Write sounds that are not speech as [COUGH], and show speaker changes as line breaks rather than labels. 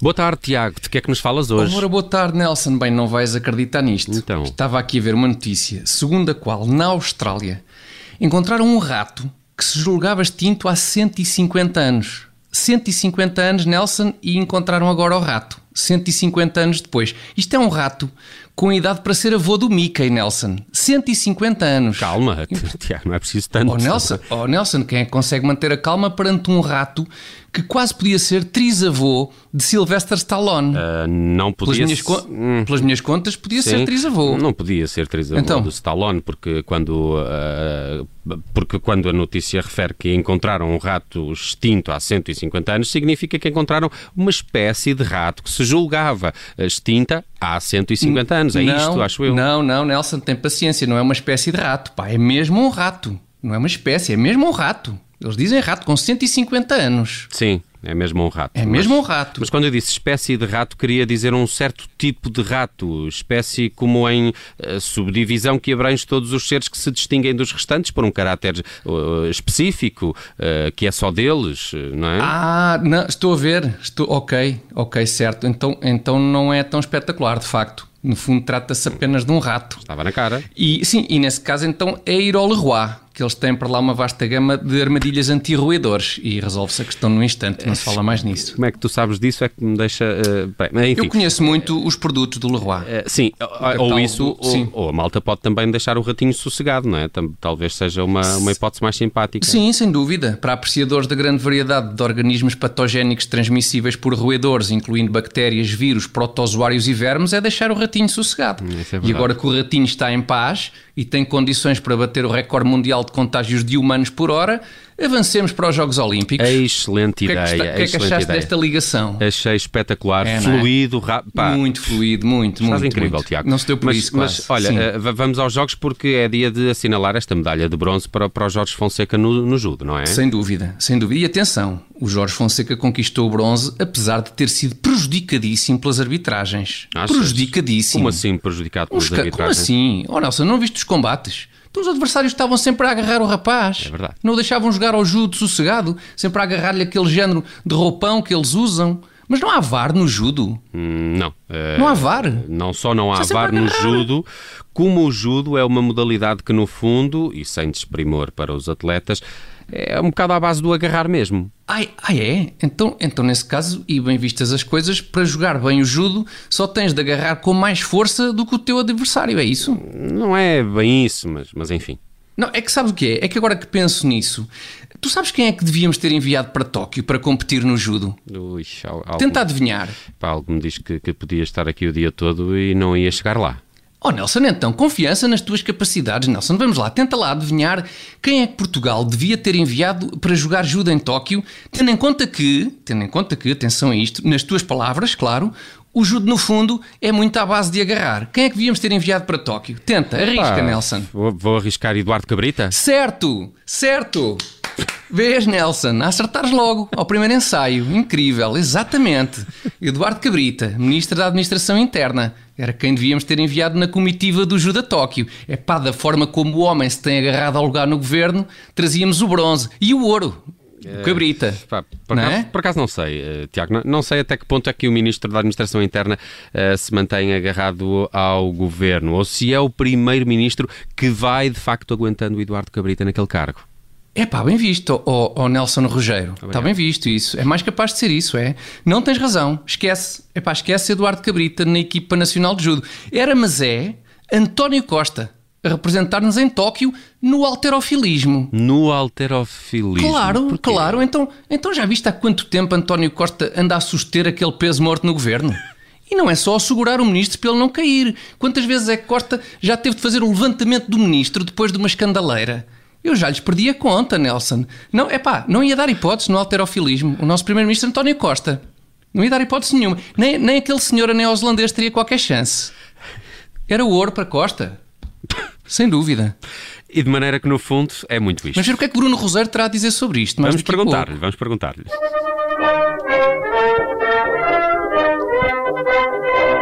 Boa tarde, Tiago. De que é que nos falas hoje?
Ora, boa tarde, Nelson. Bem, não vais acreditar nisto.
Então.
Estava aqui a ver uma notícia, segundo a qual, na Austrália, encontraram um rato que se julgava extinto há 150 anos. 150 anos, Nelson, e encontraram agora o rato. 150 anos depois. Isto é um rato com idade para ser avô do Mickey, Nelson. 150 anos.
Calma, [LAUGHS] Tiago, não é preciso tanto.
Oh Nelson, oh Nelson, quem é que consegue manter a calma perante um rato que quase podia ser trisavô de Sylvester Stallone?
Ah, não
pelas,
podia
minhas
ser-
con- pelas minhas contas, podia ser
Hum. Sim.
trisavô.
Não podia ser trisavô
Então?
do Stallone, porque quando, ah, porque quando a notícia refere que encontraram um rato extinto há 150 anos, significa que encontraram uma espécie de rato que se julgava ah, extinta há 150 anos. É
Hum, não,
isto, acho eu.
Não, não, Nelson, tem paciência. Não é uma espécie de rato, pá. É mesmo um rato. Não é uma espécie, é mesmo um rato. Eles dizem rato com 150 anos.
Sim, é mesmo um rato.
É
Mas-
mesmo um rato.
Mas quando eu disse espécie de rato, queria dizer um certo tipo de rato, espécie como em eh, subdivisão que abrange todos os seres que se distinguem dos restantes por um caráter eh, específico, eh, que é só deles, eh, não é?
Ah, não, estou a ver. Estou, ok, ok, certo. Então, então não é tão espetacular, de facto. No fundo, trata-se apenas de um rato.
Estava na cara.
E sim, e nesse caso então é ir ao Leroy, que eles têm para lá uma vasta gama de armadilhas anti-roedores e resolve-se a questão num instante, não se fala mais nisso.
Como é que tu sabes disso? É que me deixa. eh, bem, mas enfim.
Eu conheço muito os produtos do Leroy.
Eh, Sim, ou, ou
Tal-
isso, ou-
sim.
Ou, a malta pode também deixar o ratinho sossegado, não é? Tam- Talvez seja uma, uma hipótese mais simpática.
Sim, sem dúvida. Para apreciadores da grande variedade de organismos patogénicos transmissíveis por roedores, incluindo bactérias, vírus, protozoários e vermes, é deixar o ratinho sossegado.
Isso é verdade.
e agora que o ratinho está em paz e tem condições para bater o recorde mundial de contágios de humanos por hora, avancemos para os Jogos Olímpicos.
Excelente
o que é
ideia.
que, está- o que é que
excelente
achaste
ideia.
desta ligação?
Achei espetacular,
É, não é?
fluido, rápido.
Muito fluido, muito,
Estás
muito.
incrível,
muito.
Tiago.
Não se deu por
mas,
isso,
mas,
quase.
olha,
Sim.
eh, va- vamos aos jogos porque é dia de assinalar esta medalha de bronze para, para o Jorge Fonseca no, no judo, não é?
Sem dúvida, sem dúvida. E atenção, o Jorge Fonseca conquistou o bronze apesar de ter sido prejudicadíssimo pelas arbitragens.
Achas?
Prejudicadíssimo.
Como assim prejudicado pelas
Os ca- Como
arbitragens?
assim? Oh Nelson, não viste os combates? Então os adversários estavam sempre a agarrar o rapaz.
É verdade.
Não o deixavam jogar ao judo sossegado, sempre a agarrar-lhe aquele género de roupão que eles usam. Mas não há VAR no judo.
Hum, não. Eh,
Não há VAR.
Não só não há
Isso é
VAR no
sempre agarrar.
judo, como o judo é uma modalidade que, no fundo, e sem desprimor para os atletas, é um bocado à base do agarrar mesmo.
Ai, ai é? Então, então, nesse caso, e bem vistas as coisas, para jogar bem o judo, só tens de agarrar com mais força do que o teu adversário, é isso?
Não é bem isso, mas, mas enfim.
Não, é que sabes o que é? É que agora que penso nisso, tu sabes quem é que devíamos ter enviado para Tóquio para competir no judo?
Ui, al- algo,
Tenta adivinhar.
pá, algo me diz que, que podia estar aqui o dia todo e não ia chegar lá.
Oh Nelson, então, confiança nas tuas capacidades, Nelson. Vamos lá, tenta lá adivinhar quem é que Portugal devia ter enviado para jogar judo em Tóquio, tendo em conta que, tendo em conta que, atenção a isto, nas tuas palavras, claro, o judo no fundo é muito à base de agarrar. Quem é que devíamos ter enviado para Tóquio? Tenta, arrisca,
Pá,
Nelson.
Vou, vou arriscar Eduardo Cabrita?
Certo, certo. Vês, Nelson, a acertares logo ao primeiro ensaio. Incrível, exatamente. Eduardo Cabrita, Ministro da Administração Interna. Era quem devíamos ter enviado na comitiva do Juda Tóquio. É pá, da forma como o homem se tem agarrado ao lugar no governo, trazíamos o bronze e o ouro. O Cabrita.
É, Pá, por,
Não
acaso,
é?
por acaso não sei, eh, Tiago. Não, não sei até que ponto é que o Ministro da Administração Interna eh, se mantém agarrado ao governo ou se é o Primeiro-Ministro que vai de facto aguentando o Eduardo Cabrita naquele cargo.
É pá, bem visto, ó ó Nelson Rogério. Está bem visto isso. É mais capaz de ser isso, é. Não tens razão. Esquece. É pá, esquece Eduardo Cabrita na equipa nacional de judo. Era, mas é, António Costa a representar-nos em Tóquio no alterofilismo.
No alterofilismo.
Claro,
Porquê?
claro. Então, então já viste há quanto tempo António Costa anda a suster aquele peso morto no governo? E não é só assegurar o ministro para ele não cair. Quantas vezes é que Costa já teve de fazer o levantamento do ministro depois de uma escandaleira? Eu já lhes perdi a conta, Nelson. Não, é pá, não ia dar hipótese no alterofilismo. O nosso primeiro-ministro António Costa. Não ia dar hipótese nenhuma. Nem, nem aquele senhor neozelandês teria qualquer chance. Era o ouro para Costa. Sem dúvida.
E de maneira que, no fundo, é muito isto.
Mas tipo, ver o que é que Bruno Rosário terá a dizer sobre isto. mais
vamos
daqui a pouco.
perguntar-lhe, vamos perguntar-lhe.
Thank you.